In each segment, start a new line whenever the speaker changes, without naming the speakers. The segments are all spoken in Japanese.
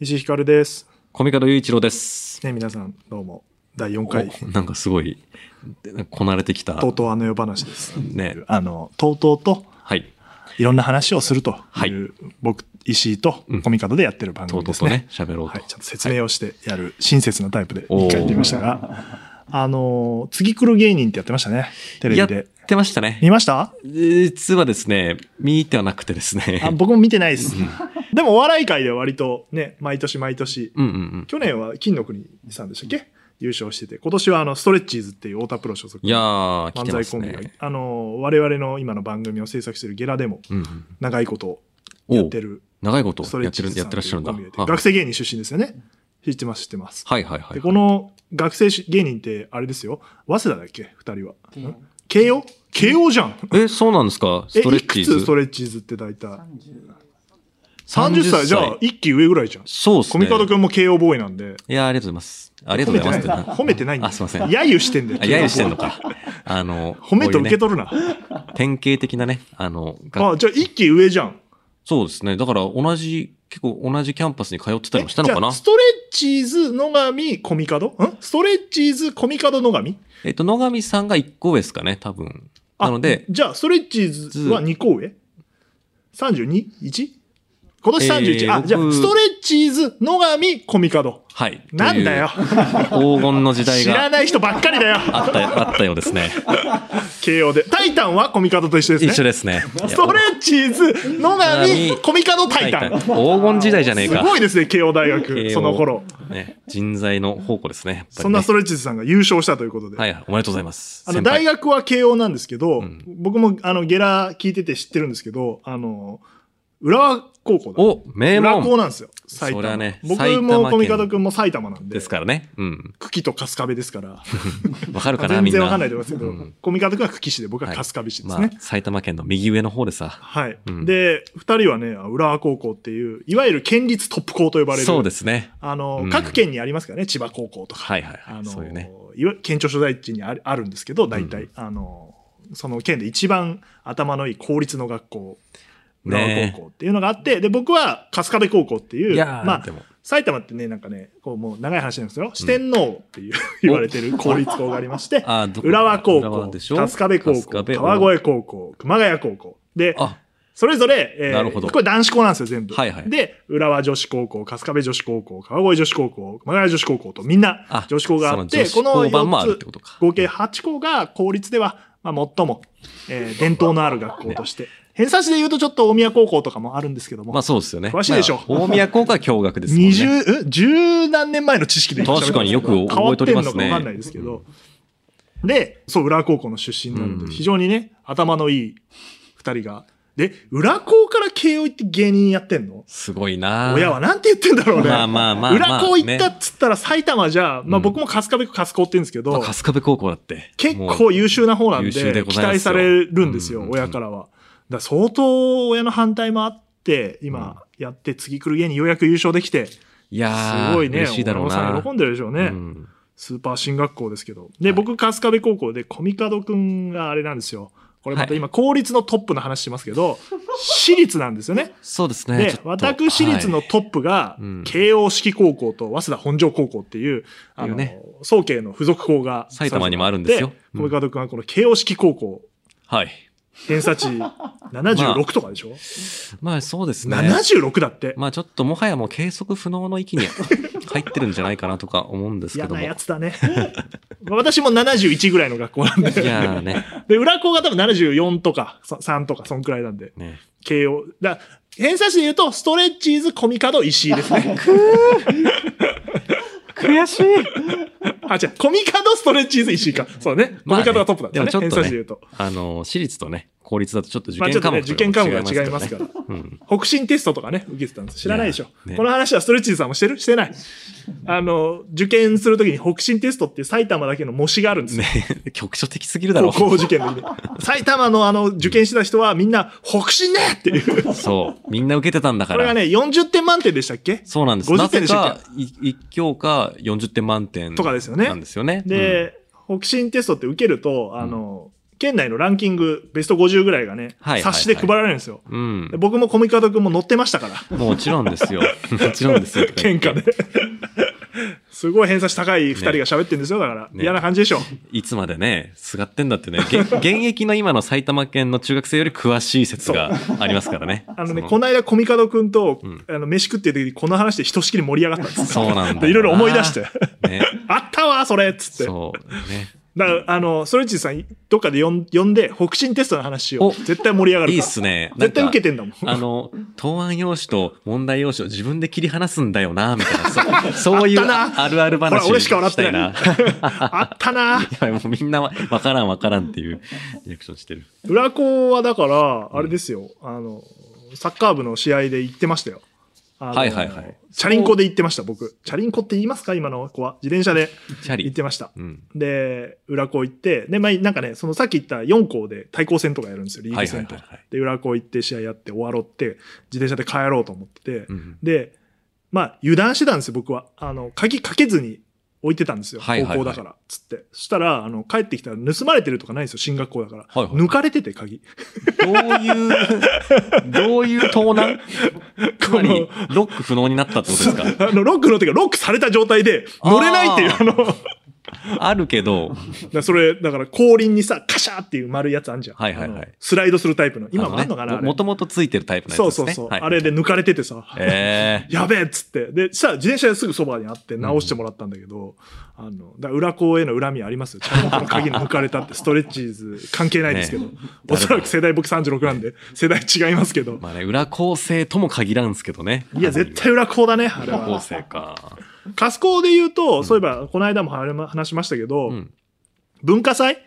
石井ひかるです。
コミカド雄一郎です。
ね、皆さんどうも。第4回、
おなんかすごい、なんかこなれてきた
と。うとうあの世話です。
ね。
あの、とうとうと
はい。
いろんな話をするという、
はい
僕、石井とコミカドでやってる番
と
組
う
で
とう
す
とね
ね、。
喋ろう
は
と
い、。ちゃんと説明をしてやる親切なタイプで
おー
一回やってみましたが、あの、次来る芸人ってやってましたね、テレ
や
ビ
っ
で。
てましたね。
見ました
実はですね、見てはなくてですね。
あ僕も見てないです。でもお笑い界では割とね、毎年毎年、
うんうんうん。
去年は金の国さんでしたっけ優勝してて、今年はあの、ストレッチーズっていう太田プロ所属の
いやー、来
漫
てま
才
す
コンビが、
ね。
あの我々の今の番組を制作してるゲラでも
うんうん。
長いこと
おう
やってる
長いこと
ストレ
や
ッ
って
チー
る、
ズ
や
さ
っ
んと
てらっ
い
しゃる
うん
だ。
コンビがいて
は
学生芸人出身ですよね知ってます知ってます、
はいはいはい。
でこ、の学生し芸人ってあれですよ早稲田だっけ二人はん慶応慶応じゃん
え、そうなんですか
え
ストレ
い
ッチ
くつ
ー
スト
ズ。
レッチーズって大体
30
30歳じゃあ一期上ぐらいじゃん
そうっす
コ
ね
ミ。カド君も慶応ボーイなんで
いやー、ありがとうございます。ありがとうございますってな。
褒めてないんだよ
あすいません
揶揄してんだよ
あ、ややしてんのか。あの、
褒めと受け
こ
取るな、
ういうね典型的なね、あの、学
あじゃあ一期上じゃん
そうですね。だから同じ、結構同じキャンパスに通ってたりもしたの
え
か
じゃ
な
あストレッチーズ、野上、コミカドんストレッチーズ、コミカド、野上
えっと、野上さんが1個上ですかね、多分。なので、
じゃあ、ストレッチーズは2個上 ?32?1? 今年31。
えー
あ、じゃあ、
僕
ストレッチーズ、野上、コミカド。
はい。
なんだよ。
という。黄金の時代
知ら
が
ない人ばっかりだよ。
あった、あったよう ですね。
慶応で。タイタンはコミカドと一緒ですね。
一緒ですね。
ストレッチーズ、野上、
上
コミカド、タイタン。
黄金時代じゃねえ
す
か。
ごいですね、慶応大
慶
学、
応
その頃。
ね、人材の宝庫ですね。やっぱりね
そんなストレッチーズさんが優勝したということで。
はいはい、おめでとうございます。
あの
先輩
大学は慶応なんですけど、
ん
僕もあのゲラ聞いてて知ってるんですけど、あの浦和高校だ。
お、名
浦和高
門
なんですよ。埼
そり
玉。
ゃね埼
僕
玉県
も富門君も埼玉なんで。
ですからね。うん。
久喜と春日部ですから。
わかるかな、
全
みんな。
然わかんないと思いますけ
う
ど
ん、
富門君は久喜市で、僕は春日部市ですね
まあ、。埼玉県の右上の方でさ。
はい。
うん
で、二人はね、浦和高校っていう、いわゆる県立トップ校と呼ばれる。
そうですね。
あの、
うん
各県にありますからね、千葉高校とか。
はいはい
あ
はい。
の
そういうね。
いわ県庁所在地にあるあるんですけど大体、あのその県で一番頭のいい公立の学校浦和
ね
高校っていうのがあって、で僕は春日部高校っていう
いやー
まあ
でも、
埼玉ってねなんかねこうもう長い話なんですよ四天王っていう、 言われてる公立校がありまして
あどこ
浦和高
浦
校
和でしょ
春日部高
春日
校
部
川越高校熊谷高校で
あ、
それぞれ、えー
なるほど
これ男子校なんですよ、全部。
はいはい
で、浦和女子高校、春日部女子高校、川越女子高校、熊谷女子高校と、みんな
あ
女子校があって、
そ
こ
の
の
女子校版もある
4
ってこと
つ
か、
合計8校が公立では、まあ、最も、えー伝統のある学校として。偏差値で言うとちょっと大宮高校とかもあるんですけども、
まあそうですよね。
詳しいでしょ
まあ大宮高校は共学ですもんね。
二十、え十何年前の知識で今
確かによく
喋ってますけど
覚えておりますね
変わってんのかわかんないですけど。で、そう、浦和高校の出身なの
う
で、
ん
非常にね、頭のいい二人が。で、浦和高から慶応行って芸人やってんの
すごいな
親はなんて言ってんだろうね。
まあまあまあま
浦
あ
和高行ったっつったら埼玉じゃ、まあ
うん
僕も春日部区春日部って言うんですけ
まあ
ど、
春日部高校だって。
結
も
構
う
優秀な方なんで、
優秀でご
期
ざいますよ
待されるんですよ、
うんうんうん
親からは。だから相当親の反対もあって、今やって次来る芸人ようやく優勝できて、
いやー
すごいね。
嬉しいだろう
親御さ。
なん
喜んでるでしょうね。
うん
スーパー進学校ですけど。で、僕、春日部高校で、コミカドくんがあれなんですよ。これまた今、公立のトップの話してますけど、私立なんですよね。
そうですね。ちょ
で
っ、と
私立の
はい
トップが
いうん、
慶応式高校と早稲田本庄高校っていう、あ
い
の
うね、
早慶の付属校が。
埼玉にもあるんですようん
コミカドくんはこの慶応式高校、
はい。
偏差値76とかでしょ、
まあそうですね。
?76 だって。
まあちょっともはやもう計測不能の域に入ってるんじゃないかなとか思うんですけ
嫌
ども。
ないや
や
つだね。 私も71ぐらいの学校なんで。
ーね。
で、裏高が多分74とか、そ3とか、そんくらいなんで、
ね
慶応。だ偏差値で言うと、ストレッチーズ、コミカド、石井です ね。
悔しい。
あ、違う、コミカド、ストレッチーズ、石井か。そうね。コ
まあ
ミ
ね
カドがトップだったね。
でもちょっとね
偏差値で言うと。
あの、私立とね、公立だとちょっと受
まあちょ
験
っと
科
ね、
目
受験科目が違い
か
ま
ら
すから。
うん。
北進テストとかね、受けてたんです。知らないでしょ
い。やね
この話はストレッチーズさんもしてるしてない。あの、受験するときに北進テストっていう埼玉だけの模試があるんですよ。
ね 局所的すぎるだろ
高
う。
校受験の時に。埼玉のあの、受験してた人はみんな、北進ねっていう。
そう。みんな受けてたんだか
これが
ら。
ね、40点満点でしたっけ
そうなんです。
50
な
点
ぜ
でしたっ
か、い一教科40点満点。
とかですよね
なんですよね。
で、北進テストって受けると、あの、県内のランキング、ベスト50ぐらいがね、
はいはいはい
冊子で配られるんですよ。
うん
で。僕もコミカド君も乗ってましたから、
もちろんです よ。もちろんですよ。
喧嘩で。 すごい偏差値高い2人が喋ってるんですよ、だから。
ね
嫌な感じでしょ。
いつまでね、すがってんだってね、げ現役の今の埼玉県の中学生より詳しい説がありますからね。
あのね、
そ
この間、コミカド君と、
うん
あの、飯食ってる時にこの話でひとしきり盛り上がったんですよ。
そうなんだよな。
でいろいろ思い出して。
ね。
あったわ、それっつって。
そう。ね。
だから、あの、ストレッチーさん、どっかで呼ん呼んで、北進テストの話を
お
絶対盛り上がるから。
いいっすね。
絶対受け
て。
てん だもん。
あの、答案用紙と問題用紙を自分で切り離すんだよな、みたいな。そう そういう
あったな
あるある
ほら、
話
俺しか笑ってない。
したい
あったな。
やばいもうみんな わわからんわからんっていうリアクションしてる。
裏子はだから、あれですよ、あの、サッカー部の試合で行ってましたよ。あの
はいはいはい。
チャリンコで行ってました、僕。チャリンコって言いますか今の子は。自転車で
チャ
行っ
リ。
てました。
うん。
で、裏校行って、で、まあ、なんかね、そのさっき言った4校で対抗戦とかやるんですよ、リーグ戦と
はいはいはいは
か
い。
で、裏校行って試合やって終わろうって、自転車で帰ろうと思ってて、
うん。
で、まあ、油断してたんですよ、僕は。あの、鍵かけずに置いてたんですよ、
はいはいはい
高校だから、つって。そしたら、あの、帰ってきたら盗まれてるとかないんですよ、進学校だから。
はいはい
抜かれてて、鍵。
どういう、どういう盗難 つ
こ
まり
の、
ロック不能になったってことですか
あの、ロックのっていうか、ロックされた状態で、乗れないっていう、
あ
あ
ー
の、だか
あるけど、
らそれ、だから後輪にさ、カシャーっていう丸いやつあんじゃん。
はいはいはい
あのスライドするタイプの。今
あ
もあんのかな、あ
ね、
れ
もともとついてるタイプのやつ
そう
です
そうそう。
ね。はい
あれで抜かれててさ、
え
やべえっつって。で、さ、自転車ですぐそばにあって直してもらったんだけど、あの、だから裏校への恨みありますよ。チャリンコの鍵に抜かれたって、ストレッチーズ関係ないですけど、
ね
おそらく世代僕36なんで、世代違いますけど
ー。まあね、裏構成とも限らんすけどね。
いや、絶対裏校だね、あれ
裏構
は。
成か。
カス校で言うと、そういえば、この間も話しましたけど、
うん
文化祭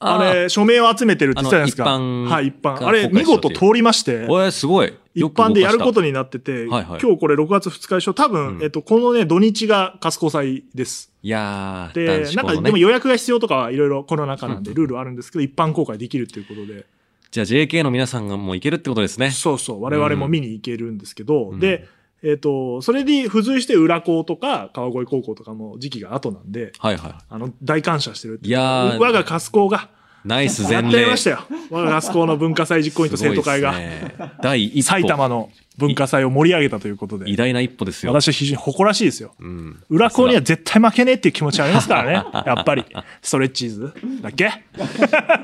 あ
あ
ー
れ、署名を集めてるって言ってたじゃないですか。
あの一般
はい、一般。
が
あれ、見事通りまして。
おい、すごい。
一
よく動か
般
した
でやることになってて、
はいはい
今日これ6月2日でしょ多分、
うん
えっと、このね、土日が活動祭です。
いやー、
で、
男子
なん
校
か
の
でも
ね。
予約が必要とかはいろいろコロナ禍なん
う
で
ん
ルールはあるんですけど、一般公開できるということで、
じゃあ JK の皆さんがもういけるってことですね。
そうそう、我々も見に行けるんですけど、
うん
で、えっと、それに付随して裏校とか川越高校とかも時期が後なんで、
はいは
あの、大感謝してるって
いやー
我が活動が、
い。ナイス
や
前
っ
例。
てやりましたよ。我が活動の文化祭実行委員と生徒会が
す、ごいっすね第一歩。
埼玉の文化祭を盛り上げたということ
偉
で、
大な一歩ですよ。
私は非常に誇らしいですよ。
うん。
裏校には絶対負けねえっていう気持ちありますからね。 やっぱり。ストレッチーズだっけ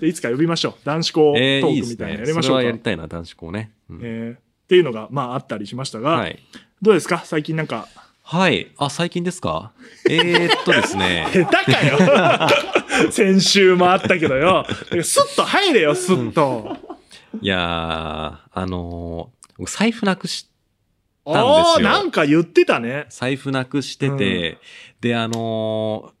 でいつか呼びましょう。男子校ト
えー、
ー
いい
ク
で
み
す
たいなの
ね。
やり
そ
まし
れ
ょう
は
か。
やりたいな、男子校ね。うん
えーっていうのが、まああったりしましたが、
はい。
どうですか最近なんか、
はい。あ、最近です
。
かえー、っとですね
下手か よ先週もあったけどよ。スッと入れよ、スッと。
いやー、あのー僕財布なくし、
お
たんですよ
ーなんか言ってたね。
財布なくしてて、で、あのー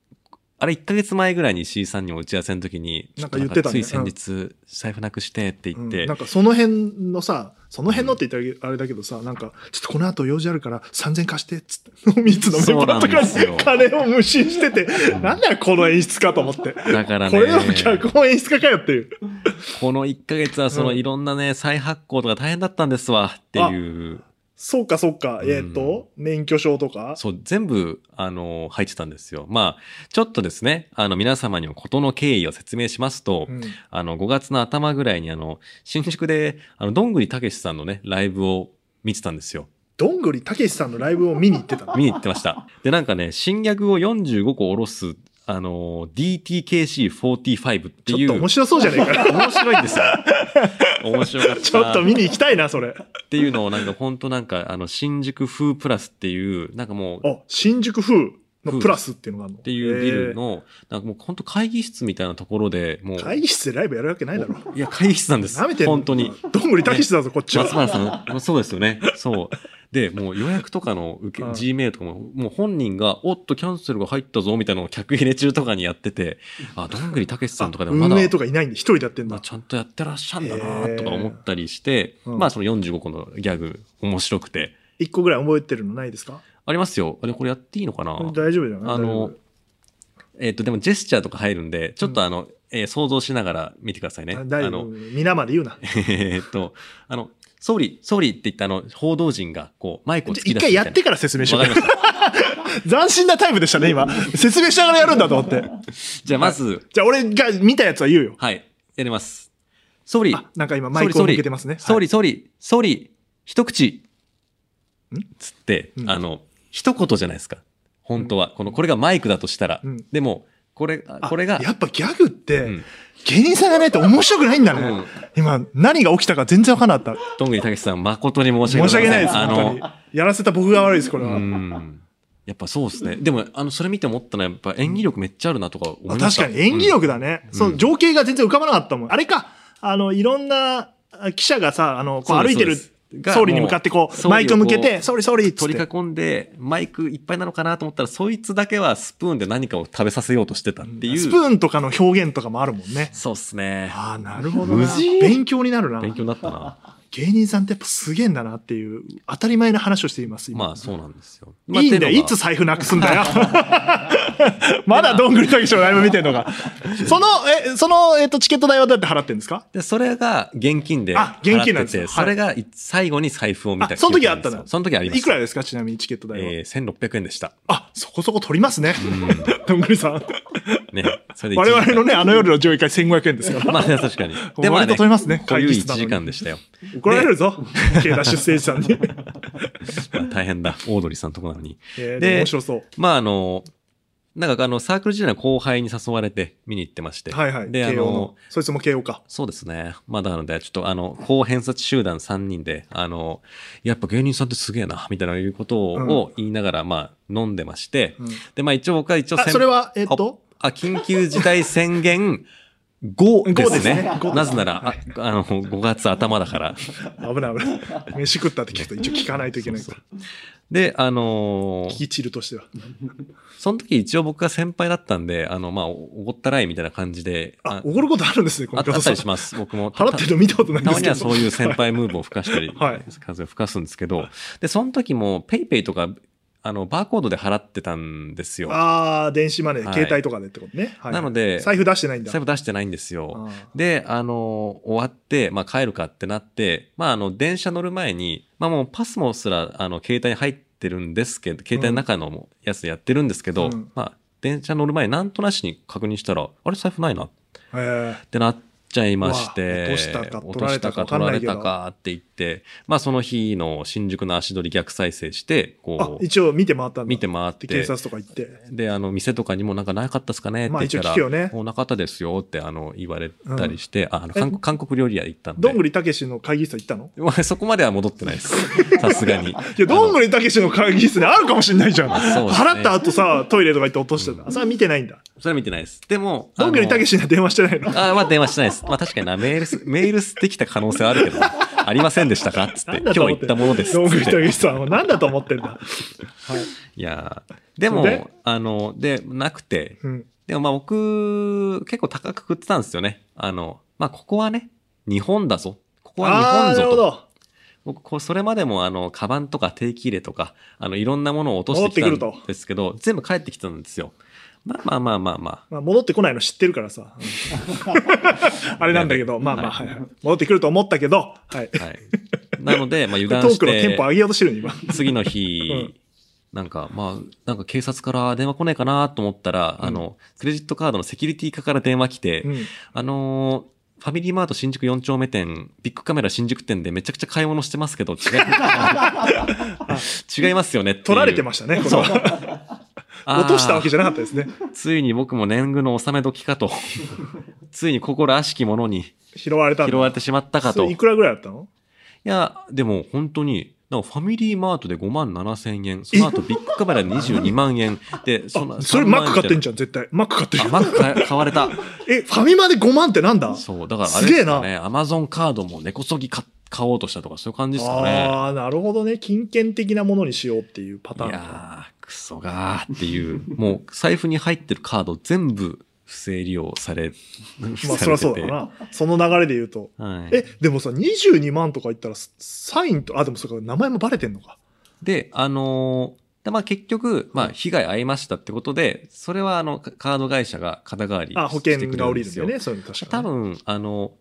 あれ1ヶ月前ぐらいに C さんにも打ち合わせの時に、
なんか言ってたね
ちょっとなんかつい先日、財布なくしてって言っ
う
て、
んなんかその辺のさ、その辺のって言ったらあれだけどさ、なんか、ちょっとこの後用事あるから3000貸して、つって、3つのメンバーとか
そうなん
に金を無心してて、なんだよこの演出かと思って。
だから
こ
ね、
れの脚本演出家かよっていう。
この1ヶ月はその
うん
いろんなね、再発行とか大変だったんですわっていう、
そうかそうか、
うん
えっ、と、免許証とか。
そう、全部、あの、入ってたんですよ。まあ、ちょっとですね、あの、皆様にも事の経緯を説明しますと、
うん
あの、5月の頭ぐらいに、あの、新宿で、あの、どんぐりたけしさんのね、ライブを見てたんですよ。
どんぐりたけしさんのライブを見に行ってたの。
見に行ってました。で、なんかね、新ギャグを45個下ろす、あの、DTKC45 って
ち
い
ょっ
う。
と面白そうじゃねえかよ
面白いんですよ。面白かった。
ちょっと見に行きたいな、それ。
っていうのをなんかほんとなんかあの新宿風プラスっていうなんかもうっ
あ、新宿風のプラスっていうのがあるの。って
いうビルのなんかもうほんと会議室みたいなところでもう
会議室でライブやるわけないだろ。
いや会議室なんです
舐めてんの
本当に
どんぐりたけしだぞ、こっちは
松。原さん、そうですよね。そう。で、もう予約とかの受け、
うん
Gmail とかも、もう本人が、おっと、キャンセルが入ったぞ、みたいなのを客入れ中とかにやってて、あ、どんぐりたけしさんとかでもまだ
運、営とかいないんで一人でやってん
まあ、
だ。
ちゃんとやってらっしゃるんだ
へ
な、
ー
とか思ったりして、
うん
まあ、その45個のギャグ、面白くて。
一個ぐらい覚えてるのないですか
ありますよ。あれ、これやっていいのかな
大丈夫じゃない
あの、えっ、と、でも、ジェスチャーとか入るんで、ちょっとあの、えー想像しながら見てくださいね。
大丈夫
あ
大丈夫
の、
皆まで言うな。
えーっと、あの、総理、総理って言ったあの、報道陣が、 こう、マイクを突き
一
出して
回
みた
や
いな。
ってから説明しよ
わかりま
う。斬新なタイムでしたね、今。説明しながらやるんだと思って。
した。じゃあ、まず、
じゃあ、俺が見たやつは言うよ。
はい、やります。総理、
あ、なんか今、マイクを向けてますね。
総理、総理、総理、一口。つって
う、ん
あの、一言じゃないですか。本当は。この、これがマイクだとしたら
うん。
でも、これ、あ
はい、
これが
あ、やっぱギャグっ
う
て
ん、
芸人さんがないと面白くないんだね。
うん
今、何が起きたか全然わかんなかった。
どんぐりたけしさん、誠に申し
申し訳
訳な
ないい
で。
ですす、
あ
本当
の
に、。やらせた僕が悪いです、これは。
うん。やっぱそうですね。でも、あの、それ見て思ったのは、やっぱ演技力めっちゃあるなとか思
あ
いまし
確
た。
かに演技力だね、
ん
そうの情景が全然浮かばなかったもんあれかあのいろんなあ記者がさあのこう
そうで
歩
す
いてる
そうですが
総理に向かってこ
もう
うマイク向け
総理を
て
こ
「総理総理」っつっ
取り
て
囲んで、マイクいっぱいなのかなと思ったら、そいつだけはスプーンで何かを食べさせようとしてたっていう。
スプーンとかの表現とかもあるもんね
そうっすね。
ああなるほど
無
な
事
勉強になるな
勉強になったな。
芸人さんってやっぱすげえんだなっていう当たり前な話をしています今、
まあ、そうなんですよ。
いいんだよ。
まあ
いつ財布なくすん だよ。まだどんぐりたけしのライブ見てんの か。その、え、その、えっと、チケット代はどうやって払ってんですか
で、それが現金で払
あ
ってて。
現金なんですよはい
それがい最後に財布を見た
あその時
記憶
あった
なん
の
ですよその時ありまし
い
た。
くらですかちなみにチケット代は。
えー、1600円でした。
あ、そこそこ取りますね。どんぐりさん。
ね。それで一
我
時間
々のね、あの夜の上位会1500円ですから。
まあ、ね、確 かに。
割と取れますね
こういう
会議
1
室なのに
時間でしたよ。
怒られるぞ。K ダッシュステージさんに。
まあ大変だ。オードリーさんのとこなのに。
えー
で
でも面白そう。
まあ、あの、なんかあの、サークル時代の後輩に誘われて見に行ってまして。
はいはい。
で、あ
慶応
の
の、。そいつも慶応か。
そうですね。まあ、なので、ちょっとあの、高偏差値集団3人で、あの、やっぱ芸人さんってすげえな、みたいないうことを,、
うん
言いながら、まあ、飲んでまして、
うん
で、まあ一応僕は一応
あ、それは、えっと、
あ、緊急事態宣言5です ね。
ですね5
なぜなら、ああの、5月頭だから。
危ない危ない。飯食ったって聞くと一応聞かないといけないから。
で、あの
聞き散るとしては。
その時一応僕が先輩だったんで、あの、まあ、おおごったらいみたいな感じで、
あ
あ、
おごることあるんですね、こ
あ
の
ったあ
方
った
さん
りします。僕も。
払ってるの見たことないん
た
で
ますに
け
は
ど。
そういう先輩ムーブを吹かしたり、
はい
風を吹かすんですけど、で、その時もペイペイとか、あの、バーコードで払ってたんです よ。
ああ、電子マネー、
はい
携帯とかでってことね。はい
なので
財布出してないんだ。
財布出してないんですよ。
あ
で、あの、終わって、まあ、帰るかってなって、まあ、あの、電車乗る前に、まあ、もうパスモすら、あの、携帯に入ってるんですけど、携帯の中のやつやってるんですけど、
うん
まあ、電車乗る前になんとなしに確認したら、あれ、財布ないなっ
ーえ
ってなっちゃいまして、
うわ落としたか
落としたか取
取
ら
ら
れ
れ
た
た
か
か
って言って、まあその日の新宿の足取り逆再生して、
ーあ
こ、う、
一応見て回ったんだ。
見て回っ
で
て、
警察とか行って。
で、あの、店とかにもなんかなかったですかねって
まあ
言った
一応
ら、
聞くよね
もうなかったですよってあの言われたりして、ああの韓国韓国料理屋行ったんで。
どんぐりたけしの会議室は行ったの
ま あそこまでは戻ってない です。さすがに。い
いや、どんぐりたけしの会議室であるかもしれないじゃん。
そうですね
払った後さ、トイレとか行って落としてた。それは見てないんだ。
それは見てないです。でも、
どんぐりたけ
し。
しには電話してないの。
あまあ電話してないです。まあ確かにな、メールす、メールすってきた可能性はあるけど、ありませんでしたかっつって、
なんだ
今日
と思
行
っ
ってたものですっつっ
ど
て。
んぐりたけしさんは何だと思ってんだ。
いやーでも
それで
あの、で、なくて、
うん。
でもまあ僕、結構高く食ってたんですよね。あの、まあここはね、日本だぞ。ここ
あ
は
あー、
日
なるほ
本ぞと。
ど。
僕、こうそれまでもあの、カバンとか定期入れとか、あの、いろんなものを落としてきた
戻ってくる
ん
と
ですけど、全部帰ってきたんですよ。まあまあまあまあま
まあ、戻ってこないの知ってるから さ。あれなんだけど、まあまあ、はいはい戻ってくると思ったけど、はい。
あ。はい。なので、まあ油
ト
断
ー
し
クのテン
て
ポ、上げようとしてるの、今。
次の日、
うん
なんか、まあ、なんか警察から電話来ないかなと思ったら、あの、クレジットカードのセキュリティ課から電話来て、
うん。
あのーファミリーマート新宿4丁目店、ビッグカメラ新宿店でめちゃくちゃ買い物してます けど、違い違いますよねっていう
取られてましたね、これは。
あー
落としたわけじゃなかったですね。
ついに僕も年貢の納め時 かと。ついに心悪しきものに
拾われたんだ
拾われてしまったか
そ
と。
れい
い
くらぐらいだったの
や、でも本当に、なんかファミリーマートで5万7千円、その 後ビッグカメラで22万円。で、その
あそれマック買ってん
じ
じゃん、絶対。マック買ってる
ゃん。あ、
よ。
マック買買われた。
え、ファミマで5万ってなんだ
そう、だからあ
す
れ
げ
で
え
す
な
かね。アマゾンカードも根こそぎ買買おうとしたとか、そういう感じですかね。
ああ、なるほどね。金券的なものにしようっていうパターン
い
か。
やー、クソがーっていう、 もう財布に入ってるカード全部不正利用され、
まあ、
さ
そり
れ
ゃ
て
そう
て
だな。その流れで言うと。
はい、
え、でもさ、22万とか言ったら、サインと、あ、でもそうか、名前もバレてんのか。
で、あのーでまあ、結局、まあ、被害遭いましたってことで、それはあのカカード会社が肩代わり
あ、保
して
険
くれ
が
る
降
んで
りるん
す
だ
よ。
よね。そういうの確か
多
に。
分あの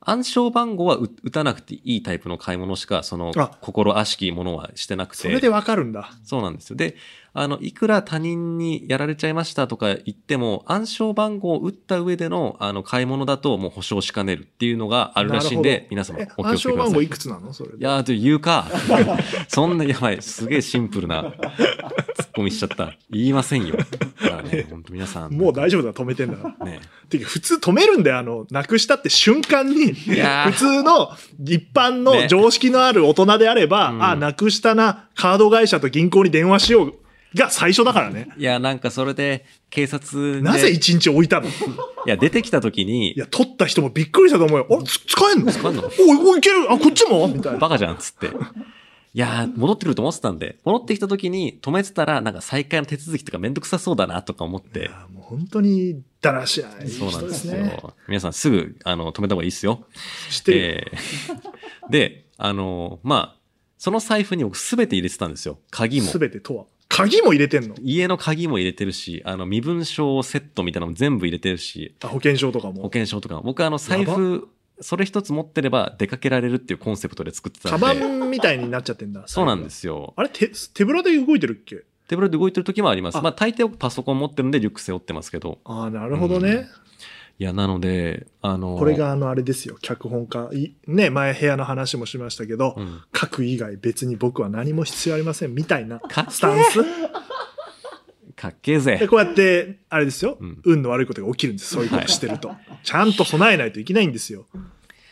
暗証番号は打打たなくていいタイプの買い物しか、その
あ、
心あしきものはしてなく
そ
て。
れでわかるんだ。
そうなんですよ。で、あの、いくら他人にやられちゃいましたとか言っても、暗証番号を打った上での、あの、買い物だともう保証しかねるっていうのがあるらしい
な
ん
る
で
ほ、
皆様
え、
お気を
暗
つ
証
けくだ
番
さ
号
い。い
いくつなのそれで。
やー、と言うか。 そんな、やばい。すげえシンプルな、ツッコミしちゃった。言いませんよ。だか らね、本当皆さん。
もう大丈夫だ、止めてんだから。
夫。ね。
てか、普通止めるんだよ、あの、なくしたって瞬間に、
いやー
普通の一般
ね
の常識のある大人であれば、
うん
あ、なくしたな、カード会社と銀行に電話しようが最初だからね。
いや、なんかそれで、警察で
なぜ一日置いたのい
いや、出てきた時に、
や、取った人もびっくりしたと思うよ。あ、つ使えんの
使えんの
おい、おい、いけるあ、こっちもみたいな。
バカじゃんっつって。いやー、戻ってくると思ってたんで、戻ってきた時に止めてたら、なんか再開の手続きとかめんどくさそうだなとか思っ
い
て。
やもう本当にだらしない
そうなん
人
で
ですす
よ。
ね。
皆さんすぐ、あの、止めた方がいいですよ。
知ってるよ、
えー で、あのーまあ、その財布に僕すべて入れてたんですよ。鍵も
す。べてとは。鍵も入れてんの
家の鍵も入れてるし、あの、身分証セットみたいなのも全部入れてるし、
あ保険証とか
保
も。
険証とか。僕あの、財布、それ一つ持ってれば出かけられるっていうコンセプトで作ってた
カ
んで。
バンみたいになっちゃってんだ。。
そうなんですすよ。
あれ、手、手ぶらで動いてるっけ
手ぶらで動いてる時もあります。
あ
まあ大抵はパソコン持ってるんでリュック背負ってますけど。
ああ、なるほどね。
うんいや、なので、あの、
これがあのあれですよ脚本家いね前部屋の話もしましたけど、
うん、
書く以外別に僕は何も必要ありませんみたいな
かっ
ス
け
タンス
えかっけえ
で
ぜ。
こうやってあれですよ、
うん
運の悪いことが起きるんですそういうことしてると、ちゃんと備えないといけないんですよ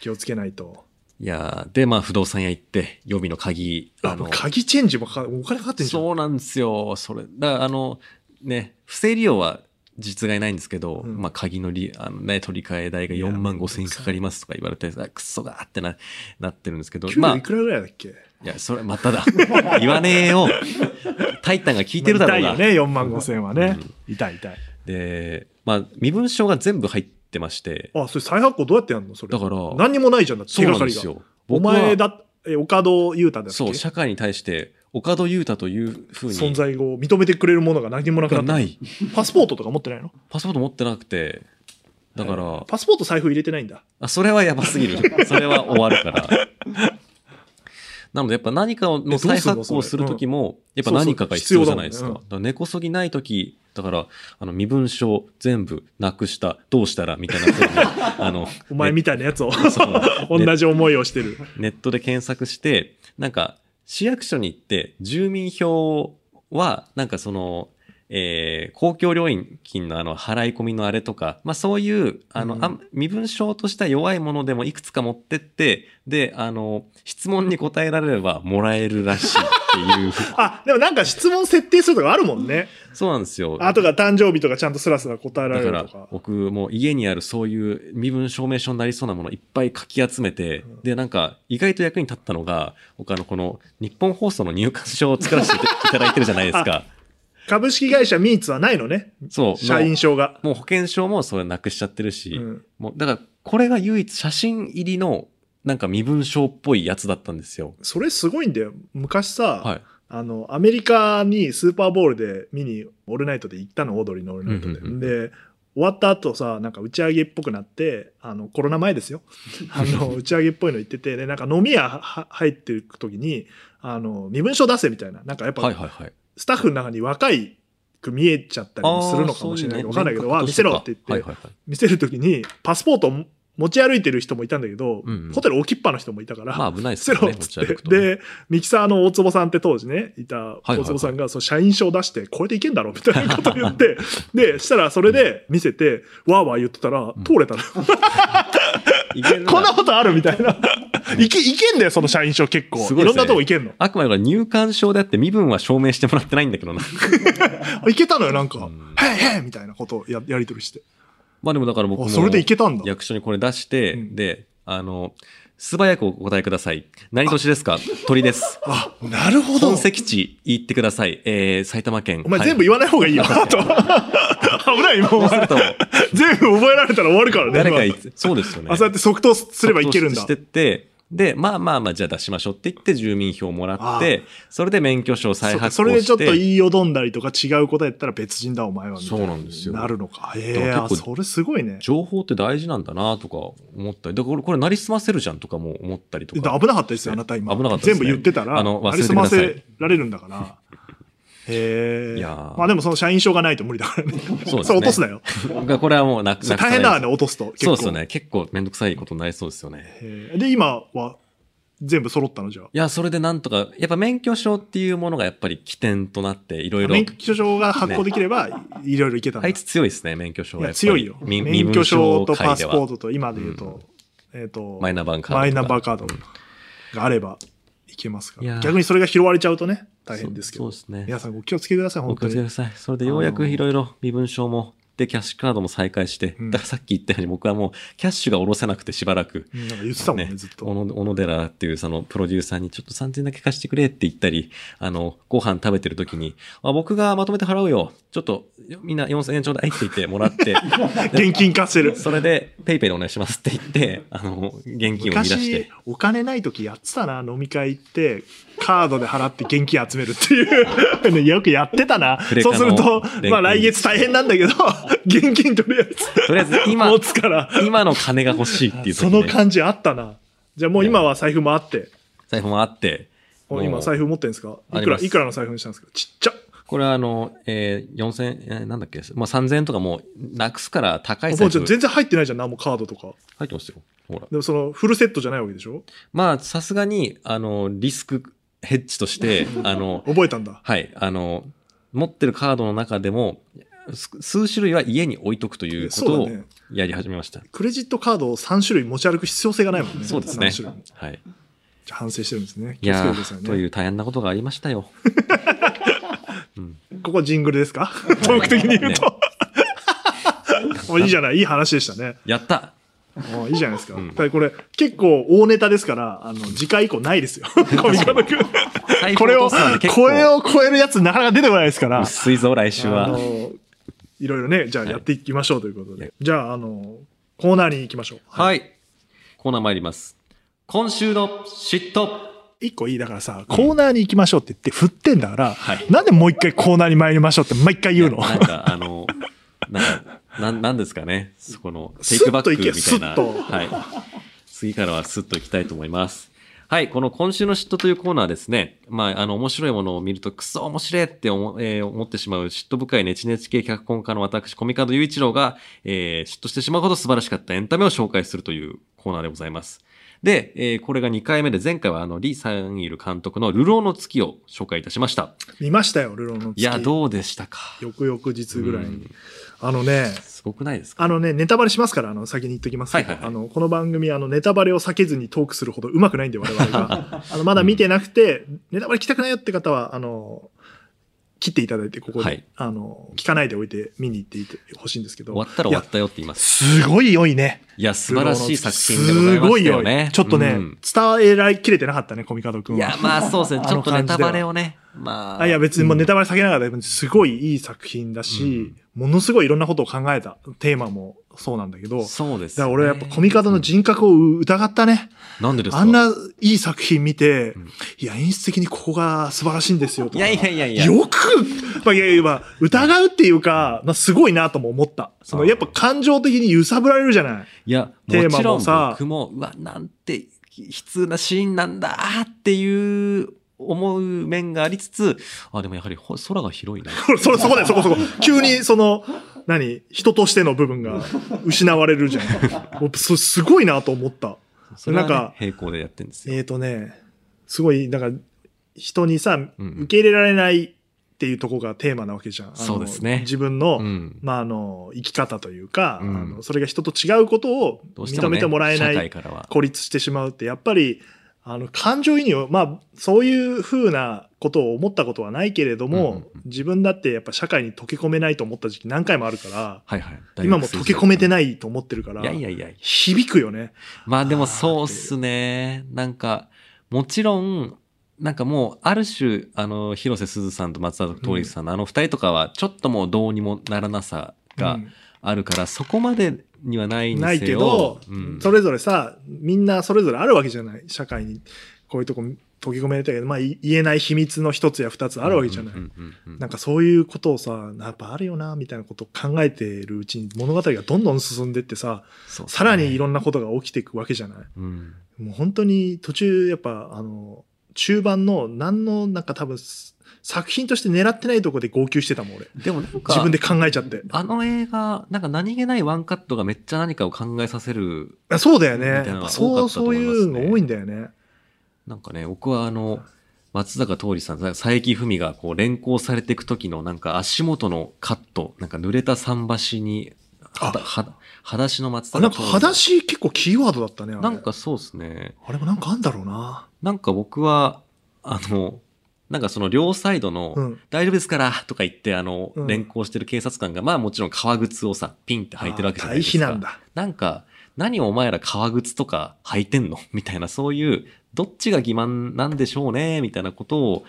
気をつけないと
いやー、で、まあ不動産屋行って、予備の鍵、
あ
の
もう、鍵チェンジもかかお金かかってんじゃん
そうなんですよ。それ、だからあの、ね、不正利用は実害ないんですけど、
うん
まあ鍵のりあの、ね、取り替え代が
いや
4万5千円かかりますとか言われて、あくっそがーってななってるんですけど、
給
ま
料
あ
い、くらぐらいだっけ、
いや、それまただ。 言わねえよ。タイタンが聞いてるだろ
痛
う
い
が。
よね4万5千はね、痛い痛い
で、まあ、身分証が全部入ってまして、
あそれ再発行どうやってやるのそれ
だから
何にもないじゃんだって
そ
手
うな
がか
んで
り
す
が
よ。
お
僕は
前、だえ岡戸裕太だっけ
そう、社会に対して、岡戸優太というふうに、
存在を認めてくれるものが何もなくな
が
った
ない。
パスポートとか持ってないの
パスポート持ってなくて、だから、
パスポート財布入れてないんだ。
あそれはやばすぎる。 それは終わるから。なので、やっぱ何かを
えど
の
うすんの
再発行するときも、やっぱ
そうそう
何かが必要じゃないですか。
必要
だ
だもんね
から根こそぎないとき、だから、あの、身分証全部なくした、どうしたら、みたいな ことに、あの、
お前みたいなやつを、
そう
同じ思いをしてる。
ネットで検索して、なんか、市役所に行って、住民票は、なんかその、えー公共料金のあの、払い込みのあれとか、まあそういう、あの、
うん
あん身分証としては弱いものでもいくつか持ってって、で、あの、質問に答えられればもらえるらしいっ ていう。
あ、でもなんか質問設定するとかあるもんね。
そうなんですよ。
あとが誕生日とかちゃんとスラスラ答えら
だ
れ
か
る
ら
とか。
僕もう家にあるそういう身分証明書になりそうなものいっぱい書き集めて、でなんか意外と役に立ったのが僕あのこの日本放送の入館証を作らせていただいてるじゃないで すか
株式会社ミーツはないのね。
そう
社員証が。
もうもう保険証もそれなくしちゃってるし、
うん
もうだからこれが唯一写真入りのなんか身分証っぽいやつだったんですよ
それすごいんだよ。昔さ、
はい
あの、アメリカにスーパーボールで見に、オールナイトで行ったの、オードリーのオールナイトで。
うんうんうん
で、終わった後さ、なんか打ち上げっぽくなって、あの、コロナ前です よ。あの、打ち上げっぽいの行ってて、で、なんか飲み屋は入ってる時に、あの、身分証出せみたいな。なんかやっ
はい
ぱ、
はいはい
スタッフの中に若いく見えちゃったりもするのかもしれないけど、わかんないけど、わあ見せろって言って、
はいはいはい、
見せる時に、パスポートを持ち歩いてる人もいたんだけど、
うんうん
ホテル置きっぱの人もいたから、
まあ危ないです
セ
よ
ロ
ね
っ
持
つ
ち
って
歩くとね
で、ミキサーの大坪さんって当時ね、いた
いはいは
大
い
坪さんが、そう社員証出して、これでいけんだろみたいなこと言 って、で、したらそれで見せて、わーわー言ってたら、通れ たの。
いけるな
こんなことあるみたいな。 いけ、いけんだよ、その社員証結構。
す
い
ごいで
ろ
すね
んなとこいけんの。
あくまでも入館証であって身分は証明してもらってないんだけどな
あいけたのよ、なんか
ん、
へいへいみたいなことをややりとりして。
まあでもだから僕も
あ、それでいけたんだ。
役所にこれ出して、
うん
で、あの、素早くお答えください。何年ですか鳥です。
あ、なるほど
本。籍地言ってください。えー、埼玉県。
お前
はい
全部言わない方がいいよ、あと。 危ない、もう
そう
お
す
前
る。と、
全部覚えられたら終わるからね。
誰かい
今
そうですよね。
あ、そうやって即答すればいけるんだ
そう。してって、で、まあまあまあ、じゃあ出しましょうって言って住民票をもらって、それで免許証を再
そ
発
そ
行
れ
して。
でちょっと言いよどんだりとか違うことやったら別人だお前はみたい
そうなんですよ
なるのか。へ
だか
え、
ら
あ
結構
それすごいね。
情報って大事なんだなとか思ったり、だからこれ、これ、なりすませるじゃんとかも思ったりと
で
か。
危なかったですよ、あなた今。
危なかったです
全部
ね
言ってたら、
あの忘
な
れ
り
て
す
くだ
ま
さい
せられるんだから。へえ。
いやー
まあでもその社員証がないと無理だからね。
そうです
れ
ね
落とすなよ。
がこれはもうなく
そ
な
れ
くさ
大
ない
変だわね、落とすと。
そうですよ。ね。結構めんどくさいことになりそうですよね。
へえで、今は全部揃ったのじゃあ。
いや、それでなんとか、やっぱ免許証っていうものがやっぱり起点となって、いろいろ。
免許証が発行できれば、いろいろいけたんだ
あいつ強いですね、免許証
い
は
や
っぱり
強いよ。
み
免許証と
身分界
パ
で
ス
は
ポートと今で言うと、えっと、
マイナバンカードとか。
マイナバーカード
うん
があればいけますか
いや
ら。
ー
逆にそれが拾われちゃうとね、大変ですけ
そ
ど
う。そうですね。
皆さんお気をつけください、
お
本
気
当
をつけく
に。
ださい。それでようやくいろいろ身分証も、で、キャッシュカードも再開して、
うん
だからさっき言ったように僕はもう、キャッシュが下ろせなくてしばらく、
うんなんか言ってたもんね、
ね
ずっ
小
と。
野小野寺っていうそのプロデューサーにちょっと3000円だけ貸してくれって言ったり、あの、ご飯食べてる時に、あ僕がまとめて払うよ。ちょっとみんな4000円ちょうだいって言ってもらって、
現金化せる。
それでペイペイでお願いしますって言って、あの、現金を見出し
昔。、
て
お金ない時やってたな、飲み会行って、カードで払って現金集めるっていう ね、よくやってたな
クレ。カ
そ
の
うすると
錬、金
まあ来月大変なんだけ ど、現金とりあえず
とりあえず今
持、つから、
今の金が欲しいっていう時
そ
に
の
ね
感じあったな。じゃあもう今は財布もあって、
財布もあって、
お今財布持ってるんですか
あ
い
り
く
ま
ら、
す
いくらの財布にしたんですかちっちゃ。
これはあの、えー、4000、えーなんだっけ、まあ、3000円とかもうなくすから高い
も
財
うちょっ
布
と全然入ってないじゃん、何もカードとか。
入ってますよ。ほら。
でもそのフルセットじゃないわけでしょ
まあ、さすがに、あの、リスクヘッジ として、あの、
覚えたんだ。
はい、あの、持ってるカードの中でも、す数種類は家に置いとくというこ
そ
と
う
を
だね
やり始めました。
クレジットカードを3種類持ち歩く必要性がないもんね。
そうですね
3種類。
はい。
じゃあ反省してるんですね。
い
気をつけ
や
てください
ー、とい
ね。
う大変なことがありましたよ。うん、
ここジングルです かトーク的に言うと。もういいじゃない、いい話でしたね。
や った
もういいじゃないですか。
うん
ただこれ、結構大ネタですから、あの、次回以降ない ですよ。コミカド君。これを、これを超えるやつなかなか出てこないですから。
薄いぞ、来週
あ
は。
のいろいろね、じゃあ
はい
やっていきましょうということで。
はい
じゃあ、あの、コーナーに行きましょう。い。
はい。コーナー参ります。今週の嫉妬
一個いい、だからさ、コーナーに行きましょうって言って振ってんだから、
はい
なんでもう一回コーナーに参りましょうって毎回言うの
なんか、あの、なんか、なんなんですかね。そこの、テイ
ス
ク
ッ
バッ
と
ク
い
み
け
たいな。
スッと
はい。次からはスッといきたいと思います。はい。この今週の嫉妬というコーナーですね。まあ、あの、面白いものを見ると、くそ面白いって思,、えー思ってしまう嫉妬深いネチネチ系脚本家の私、コミカド雄一郎が、えー嫉妬してしまうほど素晴らしかったエンタメを紹介するというコーナーでございます。で、えーこれが2回目で、前回はあの、リ・サンイル監督の流浪の月を紹介いたしました。
見ましたよ、ルロの月。
いや、どうでしたか
翌々日ぐらいに。
うん
あのね、
すごくないですか
あのね、ネタバレしますから、あの、先に言っときますけど、
はいはいはい
あの、この番組、あの、ネタバレを避けずにトークするほど上手くないんで、我々 が。あの、まだ見てなくて、ネタバレ聞きたくないよって方は、あの、切っていただいて、ここで、
はい
あの、聞かないでおいて、見に行っていてほしいんですけど。
終わったら
い
終
や
わったよって言います。
すごい良いね。
いや、素晴らしい作品でございましたよね。
すごい良いちょっとね、
うん
伝えられきれてなかったね、コミカド君
い
は。
や、まあそうですね。
あ
ちょ
の
っとネ
感じでは
タバレをね。ま あ。
あいや別にもうネ
タ、
タバレ避けながらすごいいい作品だし、ものすごいいろんなことを考えたテーマもそうなんだけど、だか
そうです、ね。
ら俺はやっぱコミカドの人格を疑ったね。
なんでですか
あんないい作品見て、
ん
いや演出的にここが素晴らしいんですよと
い
か。
やいやいやいや。
よく、まあ、いやいや、まあ疑うっていうか、まあ、すごいなとも思った。その、やっぱ感情的に揺さぶられるじゃない。
いや、
テーマ
も
も
ちろん
さ
僕も、うわ、なんて悲痛なシーンなんだっていう思う面がありつつ、あ、でもやはりほ空が広い な。
それ、それそこで、そこそこ。急に、その、何人としての部分が失われるじゃん。もうそすごいなと思った。
それは、ね、
なんか
平行でやってるんですよ。
えー、とね、すごい、だから、人にさ、
うん
受け入れられないっていうとこがテーマなわけじゃん。あの
そうですね
自分の、
うん。
まあ、あの、生き方というか、
うん
あの、それが人と違うことを
どうして
認
も、ね、
めてもらえな
社
い
会、からは。
孤立してしまうって、やっぱり、あの、感情移入、まあ、そういうふうなことを思ったことはないけれども、
うんうんうん
自分だってやっぱ社会に溶け込めないと思った時期何回もあるから、
はいはい。
今も溶け込めて
ない。
ないと思ってるから、
いやいやいやいや。
響くよね。
まあでもそうっすね。なんか、もちろん、なんかもう、ある種、あの、広瀬すずさんと松田通りさんの、あの二人とかは、ちょっともうどうにもならなさが
うん
あるから、そこまでにはないにせよ。
ないけど、
うん、
それぞれさ、みんなそれぞれあるわけじゃない。社会にこういうとこ溶け込めれたけど、まあい言えない秘密の一つや二つあるわけじゃない。
うんうんうんうん
なんかそういうことをさ、やっぱあるよな、みたいなことを考えてるうちに物語がどんどん進んでってさ、
そう
さらにいろんなことが起きていくわけじゃない。
うん
もう本当に途中、やっぱあの、中盤の何のなんか多分作品として狙ってないとこで号泣してたもん俺。
でもなんか、
自分で考えちゃって。
あの映画、なんか何気ないワンカットがめっちゃ何かを考えさせる、
あそうだよね。
みたいな
やっぱ
多か
そう、
ったと思
そ
いうますね
いうの多いんだよね。
なんかね、僕はあの、松坂桃李さん、佐伯文がこう連行されていく時のなんか足元のカット、なんか濡れた桟橋に、はだ、
あ
はだ、裸足の松
あ
坂
なんか裸
足
足結構キーワードだったね。あれ
なんかそうですね。
あれもなんかあんだろうな。
なんか僕は、あの、なんかその両サイドの、
うん。
大丈夫ですからとか言って、あの、
うん
連行してる警察官が、まあもちろん革靴をさ、ピンって履いてるわけじゃないですか。
あー大避難だ。
なんか、何お前ら革靴とか履いてんの みたいな、そういう、どっちが欺瞞なんでしょうねみたいなことを、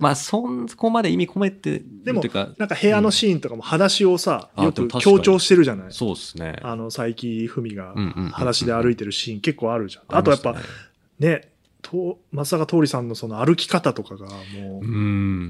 まあ、そん、そこまで意味込めてる
でも
というか、
なんか部屋のシーンとかも裸足をさ、
うんあ
よ
でも
く
確かに
強調してるじゃない。
そうですね。
あの、佐伯文が
うんうんうんうん
裸足で歩いてるシーン結構あるじゃん。あとやっ
り
ぱ
ましたね
ね、と松坂桃李さんのその歩き方とかがも
う
う、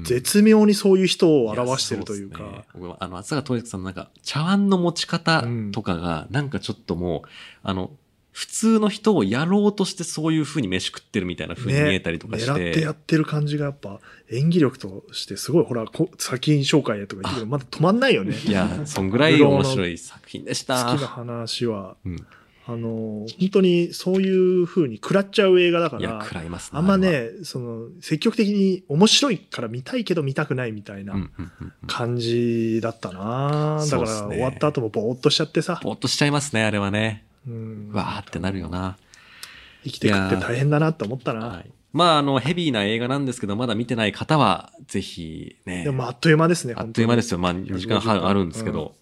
ん。
絶妙にそういう人を表してるというか。
やそうっすね僕はあの、松坂桃李さんのなんか、茶碗の持ち方とかが、なんかちょっともう、あの、普通の人をやろうとしてそういう風に飯食ってるみたいな風に見えたりとかして。
狙ってやってる感じがやっぱ演技力としてすごいほらこ先紹介やとか言ってるけどまだ止まんないよね
いや、そんぐらい面白い作品でし
好き
た。
な話は、
うん
あの本当にそういう風に食らっちゃう映画だか
いや、
ら
食らいます
あんま、ねその積極的に面白いから見たいけど見たくないみたい
れはう
なん
うんうんうん
感じだったな、だ
そ
か
うっす
ら
ね
終わった後もぼーっとしちゃってさ、
ぼーっとしちゃいますね、あれはね。
うん、
わーってなるよな。
生きてくって大変だなと思ったな
は。い。まあ、あの、ヘビーな映画なんですけど、まだ見てない方は、ぜひね。
でもあっという間ですね。
あっという間ですよ。まあ、2時間半あるんですけど。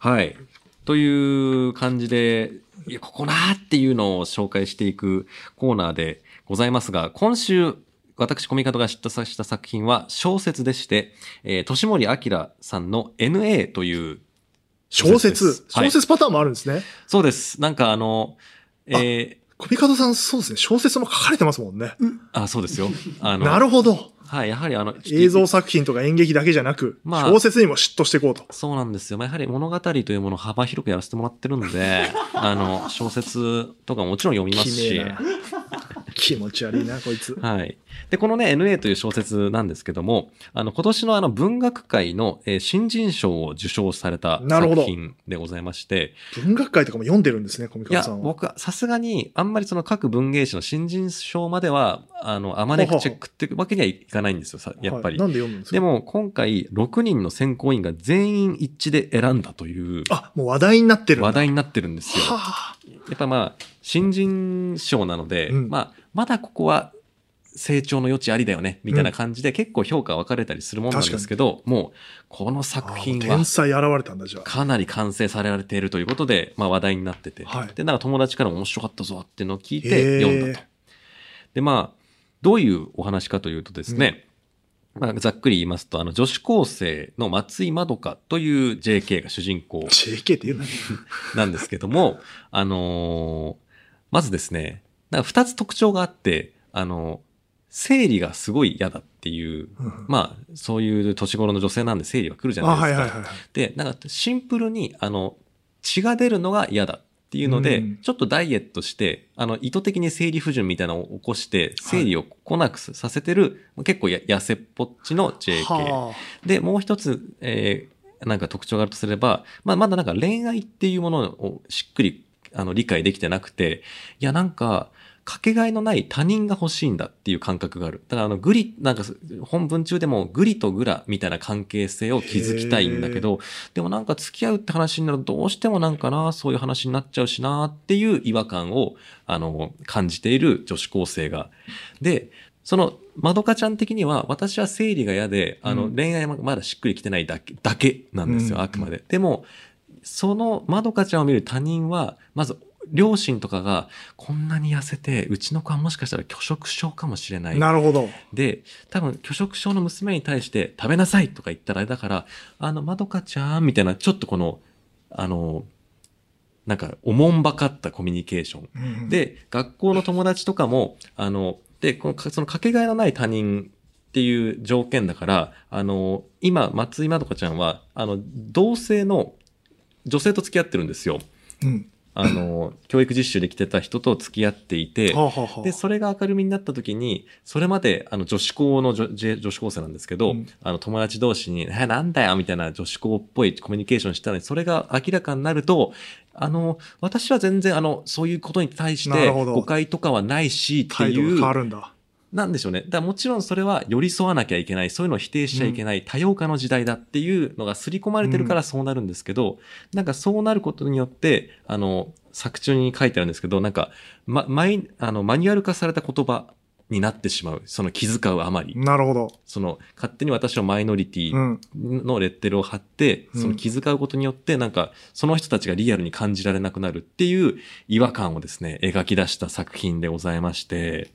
はい。という感じで、いや、ここなーっていうのを紹介していくコーナーでございますが、今週、私、コミカドが知ったした作品は小説でして、えー、年森明さんの NA という、
小説。
はい
小説パターンもあるんですね。
そうです。なんかあの、え
コピカドさん、そうですね。小説も書かれてますもんね。
ー、あ、そうですよ。 あの、
なるほど。
はい、やはりあの、
映像作品とか演劇だけじゃなく、
まあ
小説にも嫉妬していこうと。
そうなんですよ。まあ、やはり物語というものを幅広くやらせてもらってるんで、 あの、小説とかももちろん読みま
き
すし
ねえ、な。気持ち悪いな、こいつ。
はい。で、このね、NA という小説なんですけども、あの、今年のあの文学界の、えー新人賞を受賞された
なるほ
作
ど
品でございまして、
文学界とかも読んでるんですね、コミ
い
カド
や
さ、んは。
僕はさすがに、あんまりその各文芸誌の新人賞までは、あの、あまねくチェックってわけにはいかないんですよ、さやっぱり。
はいなんで読むんですか
でも、今回、6人の選考委員が全員一致で選んだという
あ、もう話題になってるんだ。
話題になってるんですよ。
はあ
やっぱまあ、新人賞なので、
うん
まあ、まだここは成長の余地ありだよね、みたいな感じで結構評価分かれたりするもんなんですけど、もう、この作品
あ
は
天才現れたんだ、じゃあ。
かなり完成されられているということで、まあ話題になってて、
はい
で、なんか友達からも面白かったぞっていうのを聞い
へ
て
え
読んだと。で、まあ、どういうお話かというとですね、まあ、ざっくり言いますと、あの、女子高生の松井まどかという JK が主人公
JK って言うな。
なんですけども、 あのーまずですね、なんか二つ特徴があって、あの生理がすごい嫌だっていう、
うん
まあ、そういう年頃の女性なんで生理は来るじゃ
あ、
ない
は
で
い
す
は
か。
いはい。
で、なんかシンプルに、あの、血が出るのが嫌だっていうので、
うん
ちょっとダイエットして、あの、意図的に生理不順みたいなのを起こして、生理を来なくさせてる、結構や痩せっぽっちの JK。
はあ
で、もう一つ、えーなんか特徴があるとすれば、まあ、まだなんか恋愛っていうものをしっくり、あの、理解できてなくて、いや、なんか、かけがえのない他人が欲しいんだっていう感覚がある。だから、あの、グリ、なんか、本文中でも、グリとグラみたいな関係性を築きたいんだけど、でもなんか付き合うって話になると、どうしてもなんかな、そういう話になっちゃうしな、っていう違和感を、あの、感じている女子高生が。で、その、まどかちゃん的には、私は生理が嫌で、あの、
うん
恋愛もまだしっくりきてないだけ、だけなんですよ、
うん
あくまで。でも、そのまどかちゃんを見る他人は、まず、両親とかが、こんなに痩せて、うちの子はもしかしたら拒食症かもしれない。
なるほど。
で、多分、拒食症の娘に対して、食べなさいとか言ったらあれだから、あの、まどかちゃんみたいな、ちょっとこの、あの、なんか、おもんばかったコミュニケーション。
うん
で、学校の友達とかも、あの、で、このか、そのかけがえのない他人っていう条件だから、あの、今、松井まどかちゃんは、あの、同性の女性と付き合ってるんですよ。
うん
あの、教育実習で来てた人と付き合っていて
は、あはあはあ
で、それが明るみになった時に、それまで、あの、女子校の女女女子高生なんですけど、
うん
あの、友達同士に、え、なんだよみたいな女子校っぽいコミュニケーションしたのに、それが明らかになると、あの、私は全然、あの、そういうことに対し
な
て、
るほど
誤解とかはないし、って
態度が
い
変わ
う、
るんだ。
なんでしょうね。だからもちろんそれは寄り添わなきゃいけない、そういうのを否定しちゃいけない、多様化の時代だっていうのが刷り込まれてるからそうなるんですけど、なんかそうなることによって、あの、作中に書いてあるんですけど、なんか、ま、マイあのマニュアル化された言葉になってしまう。その気遣うあまり。
なるほど。
その、勝手に私はマイノリテ
う
ィ
ん。
のレッテルを貼って、
うん
その気遣うことによって、なんか、その人たちがリアルに感じられなくなるっていう違和感をですね、描き出した作品でございまして、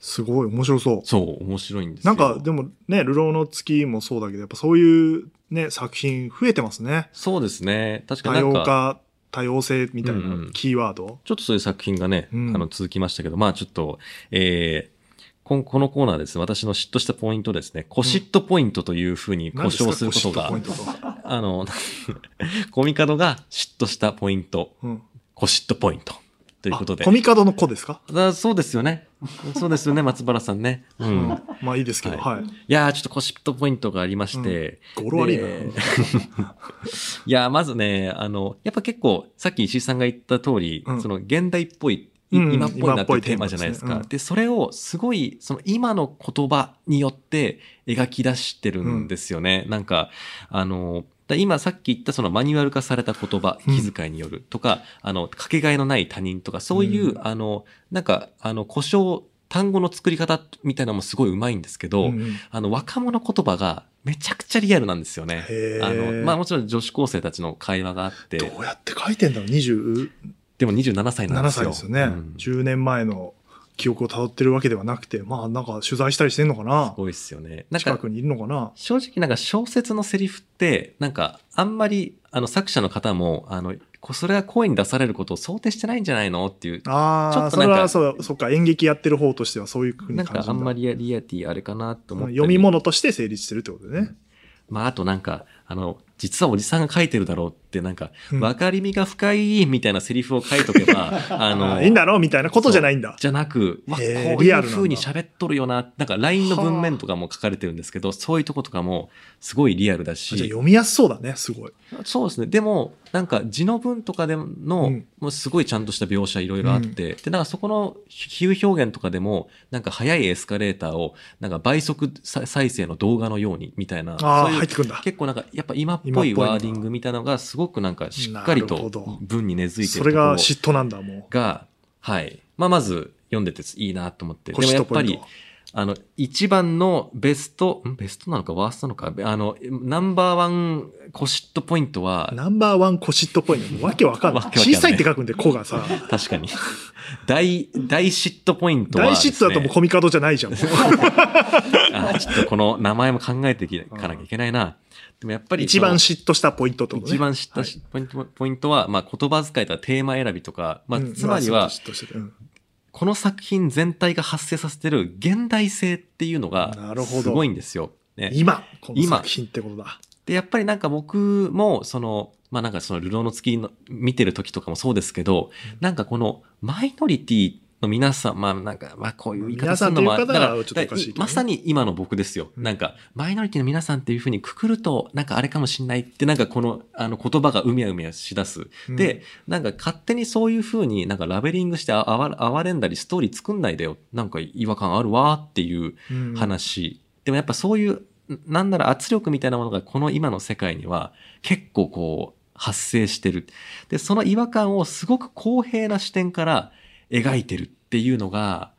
すごい、面白そう。
そう、面白いんです
な
よ。
んか、でもね、流浪の月もそうだけど、やっぱそういうね、作品増えてますね。
そうですね。確か
多
になん
様
か、
化、多様性みたい
うんう
なんキーワード。
ちょっとそういう作品がね、
うん
あの続きましたけど、まあちょっと、えーこんこのコーナーです。私の嫉妬したポイントですね。コシットポイントというふうに
何
呼
です
称
か
することが、
コシットポイントと
あの、 コミカドが嫉妬したポイント、
うん。
コシットポイント ということ
あ
で
コ。ミカドの子ですか
だそうですよね。そうですよね、松原さんね。う。
うん
い
ん。まあいいですけど、
は
はい。
やー、ちょっとコシットポイントがありまして、
語呂悪いな。
で いや、まずね、あの、やっぱ結構、さっき石井さんが言った通り、
うん
その現代っぽい、い
うん
今っぽいな
今
っ
ってぽ
いう
い
テーマじゃないですか。
テ
で
ーマですねうん
それをすごい、その今の言葉によって描き出してるんですよね。なんか、あの、だ今さっき言ったそのマニュアル化された言葉、
うん
気遣いによるとか、あの、かけがえのない他人とか、そういう、
う
あの、なんか、あの、故障、単語の作り方みたいなのもすごいうまいんですけ
う
ど、
んうん
あの、若者言葉がめちゃくちゃリアルなんですよね。
へー
あの、まあもちろん女子高生たちの会話があって、
どうやって書いてんだろう ?27
でも27歳なんです
歳
よ。
ですよね、
うんす
10年前の記憶を辿ってるわけではなくて、まあなんか取材したりしてんのかな
ごいですよね。なん
近
か、
くにいるのかな
正直なんか小説のセリフって、なんかあんまり、あの作者の方も、あの、こそれが声に出されることを想定してないんじゃないのっていう、ちょ
ああ、
っと
そ
な
れ
んか
はそう、そっか、演劇やってる方としてはそういうふうに
なん
感じる
かあんまりリアリアリティあれかなと思って。
読み物として成立してるってことでね。
まああとなんか、あの、実はおじさんが書いてるだろうって、なんか、
うん
わかりみが深いみたいなセリフを書いとけば、あ
あ
の、
ーいいんだろうみたいなことじゃないんだ。
じゃなく、わこう
へー
い
リア
う
ルなんだ
風に喋っとるよな、なんか LINE の文面とかも書かれてるんですけど、そういうとことかもすごいリアルだ
じゃあ
し、
読みやすそうだね、すごい。
そうですね。でも、なんか字の文とかでの、
うん
もうすごいちゃんとした描写いろいろあって、で、なんかそこの比喩表現とかでも、なんか速いエスカレーターを、なんか倍速再再生の動画のようにみたいな、
ああ、
そういう
入ってくんだ。
結構なんかやっぱ今っぽい
今っぽいな
ワーディングみたいなのがすごくなんかしっかり
なるほ
と
ど
文に根付いて
そ
る
れ
ところ
が嫉妬なんだ、も
が、はい。まあ、まず読んでていいなと思って。
う。
でもやっぱ
コシ
り
とポイン、
あの、一番のベスト、んベストなのかワーストなのか、あの、ナンバーワンコシットポイント
ト
は、
ナンバーワンコシットポイント。もうわけわかんない。
わけわかんない
小さいって書くんで、子がさ。
確かに。 大、大嫉妬ポイントは、
大嫉妬だともうコミカドじゃないじゃん。もう
あちょっとこの名前も考えていかなきゃいけないな。でもやっぱり、
一番
そ
嫉妬したポイントって
の
ことね。
一番知ったしポイント、ポイントは、まあ、言葉遣いとかテーマ選びとか、まあ、
うん
つまりは、
そう嫉妬してるうん
この作品全体が発生させてる現代性っていうのが
なるほど
すごいんですよ。ね、
今、この
今
作品ってことだ。
で、やっぱりなんか僕も、その、まあなんかその、流浪の月の見てる時とかもそうですけど、なんかこの、マイノリティの皆さん、まあなんか、まあこういう言い方するのも、
皆さんという方は
だ
ちょっとおかしいけどね
まさに今の僕ですよ。
うん
なんか、マイノリティの皆さんっていうふうにくくると、なんかあれかもしんないって、なんかこの、あの言葉がうみゃうみゃしだす。
うん
で、、なんか勝手にそういう風になんかラベリングしてああわ哀れんだりストーリー作んないでよ。なんか違和感あるわっていう
うん
話。でもやっぱそういう、んなんなら圧力みたいなものがこの今の世界には結構こう発生してる。で、その違和感をすごく公平な視点から描いてるっていうのが、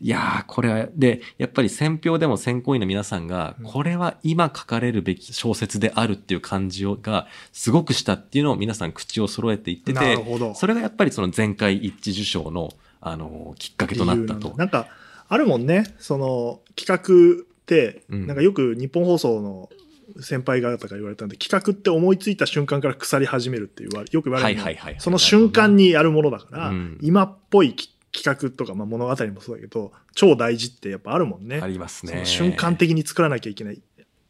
いやー、これは、で、やっぱり選票でも選考委員の皆さんが、
うん
これは今書かれるべき小説であるっていう感じをが、すごくしたっていうのを皆さん口を揃えて言って
なる
て、
ほど。
それがやっぱりその前回一致受賞の、あのー、きっかけとなったと
理由んだ。なんか、あるもんね、その、企画って、
うん
なんかよく日本放送の先輩方から言われたんで、企画って思いついた瞬間から腐り始めるって言わよく言われるの、
はいはいはいはい
その瞬間にやるものだから、
うん
今っぽいき企画とか、まあ、物語もそうだけど、超大事ってやっぱあるもんね。
ありますね。
その瞬間的に作らなきゃいけない。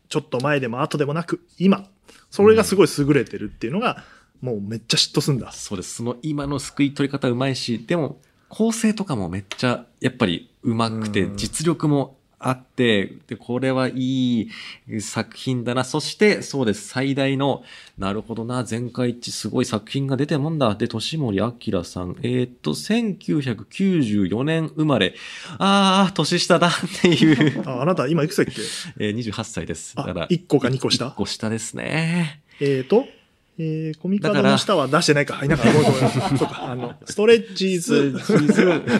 ちょっと前でも後でもなく、今。それがすごい優れてるっていうのが、もうめっちゃ嫉妬すんだ。
そうです。その今の救い取り方うまいし、でも構成とかもめっちゃやっぱりうまくて
う、ん
実力もあって、で、これはいい作品だな。そして、そうです。最大の、なるほどな、全会一致すごい作品が出てもんだ。で、年森明さん、えーっと、1994年生まれ。あー、年下だっていう、
ああなた今いくつだっけ
えー28歳です。だから
あ、、1個か2個下
1個下ですね。
えーと、えー、コミカド
だから
の下は出してないか。はい、なんか、ごめんごめんそうか、あの、ストレッチーズ、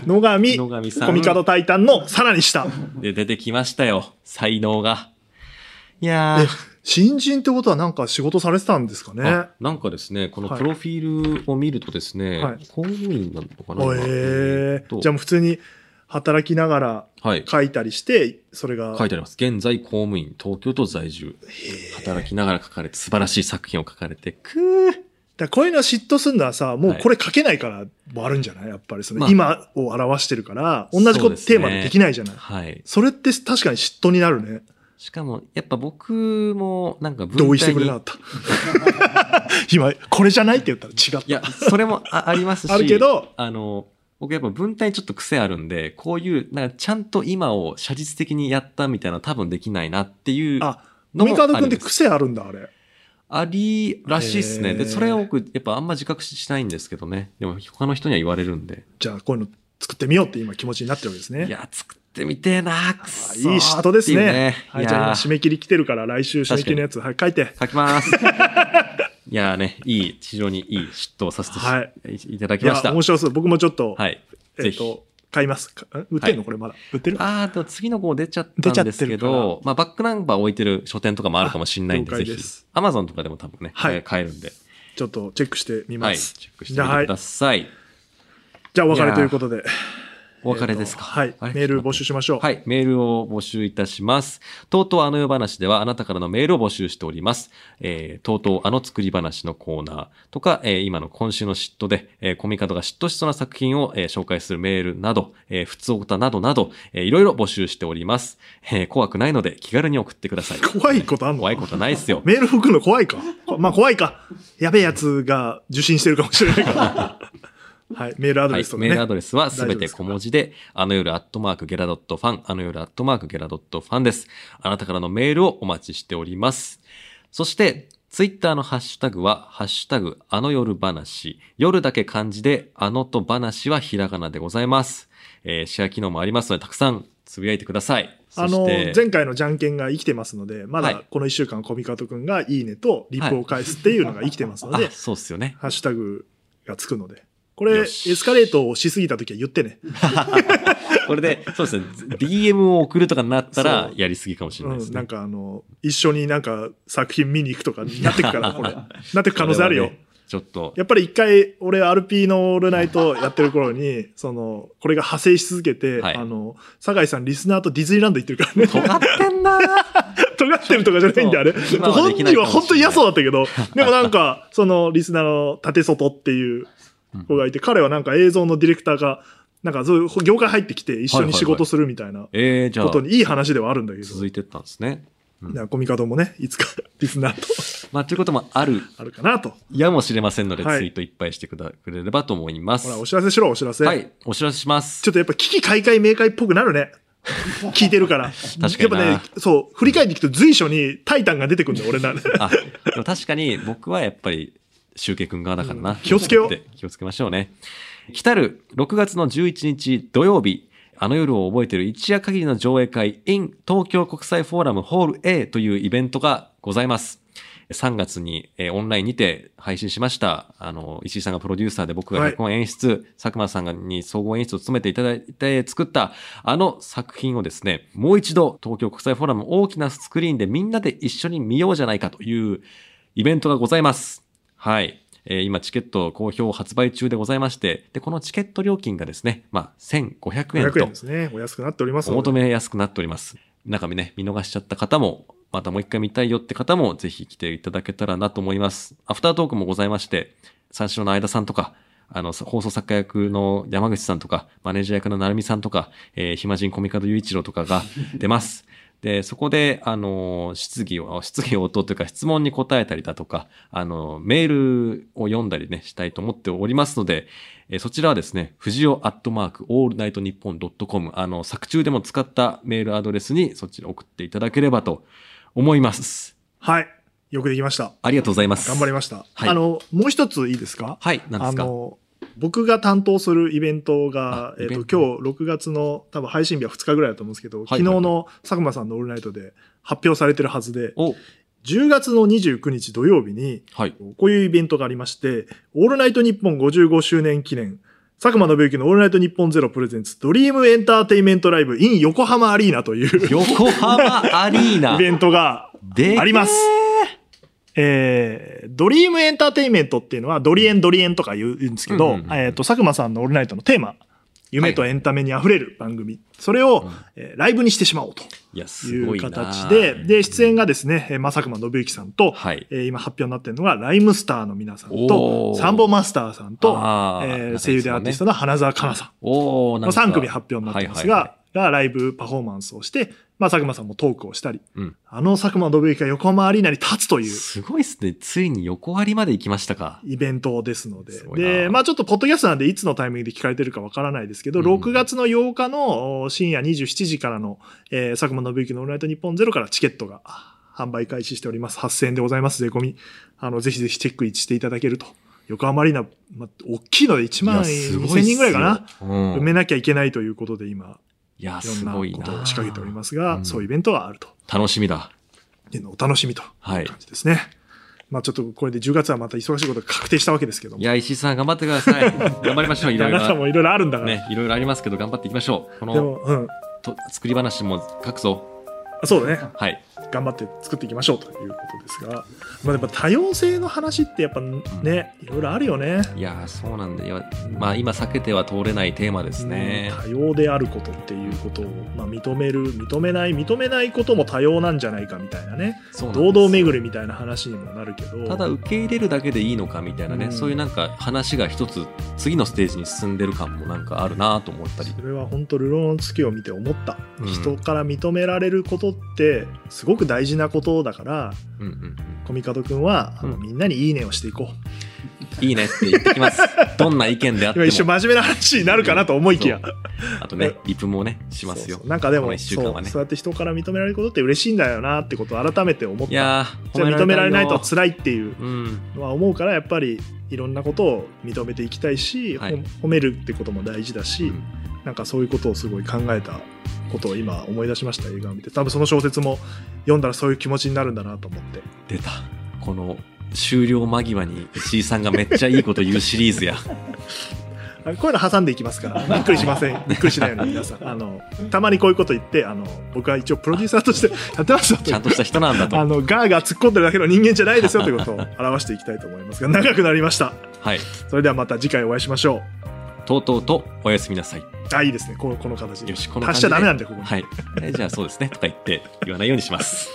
野
野
上、
上さん。
コミカドタイタンのさらに下。
で、出てきましたよ。才能が。いやー。
新人ってことはなんか仕事されてたんですかね。
あなんかですね、この
はい
プロフィールを見るとですね、
はい
公務員なのかな
お
今
えー、
っと
じゃあもう普通に働きながら
はい。
書いたりして、それが。
書いてあります。現在公務員、東京都在住。働きながら書かれて、素晴らしい作品を書かれて、くー
だからこういうの嫉妬するのはさ、もう
はい
これ書けないからもあるんじゃないやっぱりその、
まあ
今を表してるから、同じこ
そう
と
ですね
テーマでできないじゃない。
はい。
それって確かに嫉妬になるね。
しかも、やっぱ僕も、なんか文体に
同意してくれなかった。 今、これじゃないって言ったら違った。
いや、それもあありますし、
あるけど
あの、僕やっぱ文体にちょっと癖あるんで、こういう、なんかちゃんと今を写実的にやったみたいな多分できないなっていう
あ、
のも
ミカド
あ
君
るん
っ
で
て
す
癖あるんだ、あれ。
ありらしいです
へ
ね。
ー
で、それを僕、やっぱあんま自覚しないんですけどね。でも、他の人には言われるんで。
じゃあ、こういうの作ってみようって今気持ちになってるわけです
い
ね。
や、作ってみてえな、くそ
あ
ー
いい人です
っていう
ね。はいい、
や
じゃあ今締
ー
め切り来てるから、来週締め切りのやつ、はい、書いて。
書きます。いやーね、いい、非常にいい嫉妬をさせてし、、
はい
ただき
い
ま
や
し、た。
面白そう。僕もちょっと、
はい。
え
ぜ
っ
ひ。
と、買います。かん売ってるの、
はい
これまだ。売ってる
あー、でも次の号出ちゃったんですけ
出ちゃって
ど、まあ、バックナンバー置いてる書店とかもあるかもしれないんで、
あ
ぜ
了
ひ
解です。
アマゾンとかでも多分ね、
はい
えー買えるんで。
ちょっとチェックしてみ
は
ま
い。
す。
チェックしてみてください。
じゃあ、お別れということで。
お別れですか。
はい。
あれ
メール募集しましょう。
はい、メールを募集いたします。とうとうあの世話ではあなたからのメールを募集しております。えー、とうとうあの作り話のコーナーとか、えー今の今週の嫉妬で、えーコミカドが嫉妬しそうな作品を、えー紹介するメールなど、えー、普通歌などなど、えーいろいろ募集しております。えー怖くないので気軽に送ってください。
怖いことあんの
怖いことないっすよ。
メール送るの怖いか。こまあ怖いか。やべえやつが受信してるかもしれない から。はい。メールアド
は
レ
い
スと、か
メ
ね。
ールアドレスは
大
す
丈夫
べ
で
て
す
小文字で、あの夜アットマークゲラドットファン、あの夜アットマークゲラドットファンです。あなたからのメールをお待ちしております。そして、ツイッターのハッシュタグは、ハッシュタグ、あの夜話。夜だけ漢字で、あのと話はひらがなでございます。えーシェア機能もありますので、たくさんつぶやいてください。
あ
そ
の
して、、
前回のじゃんけんが生きてますので、ま
はい
だこの一週間、コミカト君がいいねとリプを返すっていうのが生きてますので、
あ、そうっすよね。
ハッシュタグがつくので。これ、
よ
エ
し
スカレートをしすぎた時は言ってね。
これで、そうですね。DM を送るとかになったら
そ、う
やりすぎかもしれないで
う
す
ん。
ね。
なんかあの、一緒になんか作品見に行くとかになってく から、これ。なってく可能性あるよ
これ。はね。ちょっと、
やっぱり一回、俺、RP のオールナイトやってる頃に、その、これが派生し続けて、
はい
あの、酒井さん、リスナーとディズニーランド行ってるからね。
尖ってんなー
尖ってるとかじゃないんだ、あれ。
そう今は
本
できない
人
か
は
もしれない
本当に嫌そうだったけど、でもなんか、その、リスナーの縦外っていう子がいて、彼はなんか映像のディレクターが、なんかそういう業界入ってきて、一緒に仕事するみたいな
えー、じゃあ
こ、とに、いい話ではあるんだけど、
続いてったんですね。
だからコミカドもね、いつかリスナーと
まあ、ということもある
あるかなと。
やもしれませんので、
はい
ツイートいっぱいしてくだくれればと思います。
ほら、お
は
知らせしろ、お知らせ。
い、お知らせします。
ちょっとやっぱ危機開会明快っぽくなる ね。聞いてるから。
確かにな
やっぱね、そう、振り返っていくと随所にタイタンが出てくるんだよ、俺な。
あ、でも確かに僕はやっぱり、シュウケイ君側だからな。
気をつけよう
って気をつけましょうね。来たる6月の11日土曜日、あの夜を覚えてる一夜限りの上映会 in 東京国際フォーラムホール A というイベントがございます。3月に、えーオンラインにて配信しました。あの、石井さんがプロデューサーで僕が
はい
脚本演出、佐久間さんがに総合演出を務めていただいて作ったあの作品をですね、もう一度東京国際フォーラム大きなスクリーンでみんなで一緒に見ようじゃないかというイベントがございます。はい。えー今、チケット好評発売中でございまして、で、このチケット料金がですね、まあ、1500
500円
円
で
と
すね。お安くなっております
お
ので。
求めやすくなっております。中身ね、見逃しちゃった方も、またもう一回見たいよって方もぜひ来ていただけたらなと思います。アフタートークもございまして、三四郎の相田さんとか、あの、放送作家役の山口さんとか、マネージャー役の成美さんとか、えー、暇人コミカド雄一郎とかが出ます。 で、そこで、あの、質疑を、質疑応答というか質問に答えたりだとか、あの、メールを読んだりね、したいと思っておりますので、えーそちらはですね、藤尾アットマークオールナイトニッポンドットコム、あの、作中でも使ったメールアドレスにそちら送っていただければと思います。
はい。よくできました。
ありがとうございます。
頑張りました。
はい
あの、もう一ついいですか
はい、なんで
あ
すか
の、僕が担当するイベントが
あ、
えっ、
イベン
と、
ト
今日6月の多分配信日は2日ぐらいだと思うんですけど、
い
昨日の佐久間さんのオールナイトで発表されてるはずで、
お、
10月の29日土曜日に、
はい。
こういうイベントがありまして、オールナイトニッポン55周年記念、佐久間信之のオールナイトニッポンゼロプレゼンツ、ドリームエンターテインメントライブ in 横浜アリーナという
横浜アリー ナ
イベントが
で
あります。えードリームエンターテインメントっていうのはドリエンドリエンとか言うんですけど、
うんうんうん
えっ、と、佐久間さんのオールナイトのテーマ、夢とエンタメに溢れる番組、それを、えーライブにしてしまおうと
いや、
い
すご
う
いな
形で、で、出演がですね、えーまあ佐久間信之さんと、
はい。
えー今発表になってるのが、ライムスターの皆さんと
お、ー
サンボマスターさんと、
あー
えー
仲いいですよね
声優でアーティストの花澤香菜さん
おー、な
の
んか
3組発表になってます
はいはい
が、がライブパフォーマンスをして、まあ、佐久間さんもトークをしたり、
うん
あの佐久間信之が横浜アリーナに立つと
はい
いう
すごいですね。ついに横割りまで行きましたか。、
イベントですのです
ごいな
で、まあちょっとポッドキャストなんでいつのタイミングで聞かれてるかわからないですけど、
うん
6月の8日のお深夜27時からの、えー佐久間信之のオールナイトニッポンゼロからチケットが販売開始しております。8000円でございます、税込み。あの、ぜひぜひチェックインしていただけると。横浜アリーナ、まあ、大きいので1万
いやすご
2000
いっす
人
よ
ぐらいかな。
うん
埋めなきゃいけないということで今、
いや、
いろん
す
な
ごい
ことを
な。
仕掛けておりますが、
うん
そういうイベントがあると
楽しみだ。
いうのをお楽しみとい
はい。
う感じですね。まあちょっとこれで10月はまた忙しいことが確定したわけですけども
い。や、石井さん頑張ってく ださい。頑張りましょう、いろい
皆さん
ろ。
もいろいろあるんだから。
ね、いろいろありますけど、頑張っていきましょう。こ
で
の
も、うん。
と作り話も書くぞ。
そうだね。
はい。
頑張って作っていきましょうということですが。まあ、やっぱ多様性の話ってやっぱね、いろいろあるよね。
いやー、そうなんだ。いやまあ、今避けては通れないテーマですね。
多様であることっていうことを、まあ、認める認めない認めないことも多様なんじゃないかみたいなね
そうなんです
堂々巡りみたいな話にもなるけど
ただ受け入れるだけでいいのかみたいなね、
うん
そういうなんか話が一つ次のステージに進んでる感もなんかあるなと思ったり
それは本当流浪の月を見て思った、
うん
人から認められることってすごく大事なことだから
うんうんうん
コミカド君はあの、
うん
みんなに「いいね」をしていこう
いいねって言って きます。どんな意見であって
今
も。
一瞬真面目な話になるかなと思いきや
そうあとね、リプもね、しますよ。
そうそうなんかで
こ
も、
の一週
そ
間は
う
ね
そうやって人から認められることって嬉しいんだよなってことを改めて思っ
い
た
やー、
じゃあ認められないと
つ
辛いっていう
うん。
のは思うからやっぱりいろんなことを認めていきたいし、
はい
ほん褒めるってことも大事だし、
うん
なんかそういうことをすごい考えたことを今思い出しました映画を見て多分その小説も読んだらそういう気持ちになるんだなと思って
出た。この終了間際に石井さんがめっちゃいいこと言うシリー ズや。
あこういうの挟んでいきます からびっくりしませんびっくりしないように皆さんあのたまにこういうこと言ってあの僕は一応プロデューサーとしてやってますよと
ちゃんとした人なんだと。
あの、ガーガー突っ込んでるだけの人間じゃないですよということを表していきたいと思いますが、長くなりました。
はい。
それではまた次回お会いしましょ
とうとうとおやすみなさい。
う。あ、いいですね。この、この形で
よし、この感
足し
じ
ち
で。
ゃダメなんで、ここに。
はい。えじゃあそうですね。とか言って言わないようにします。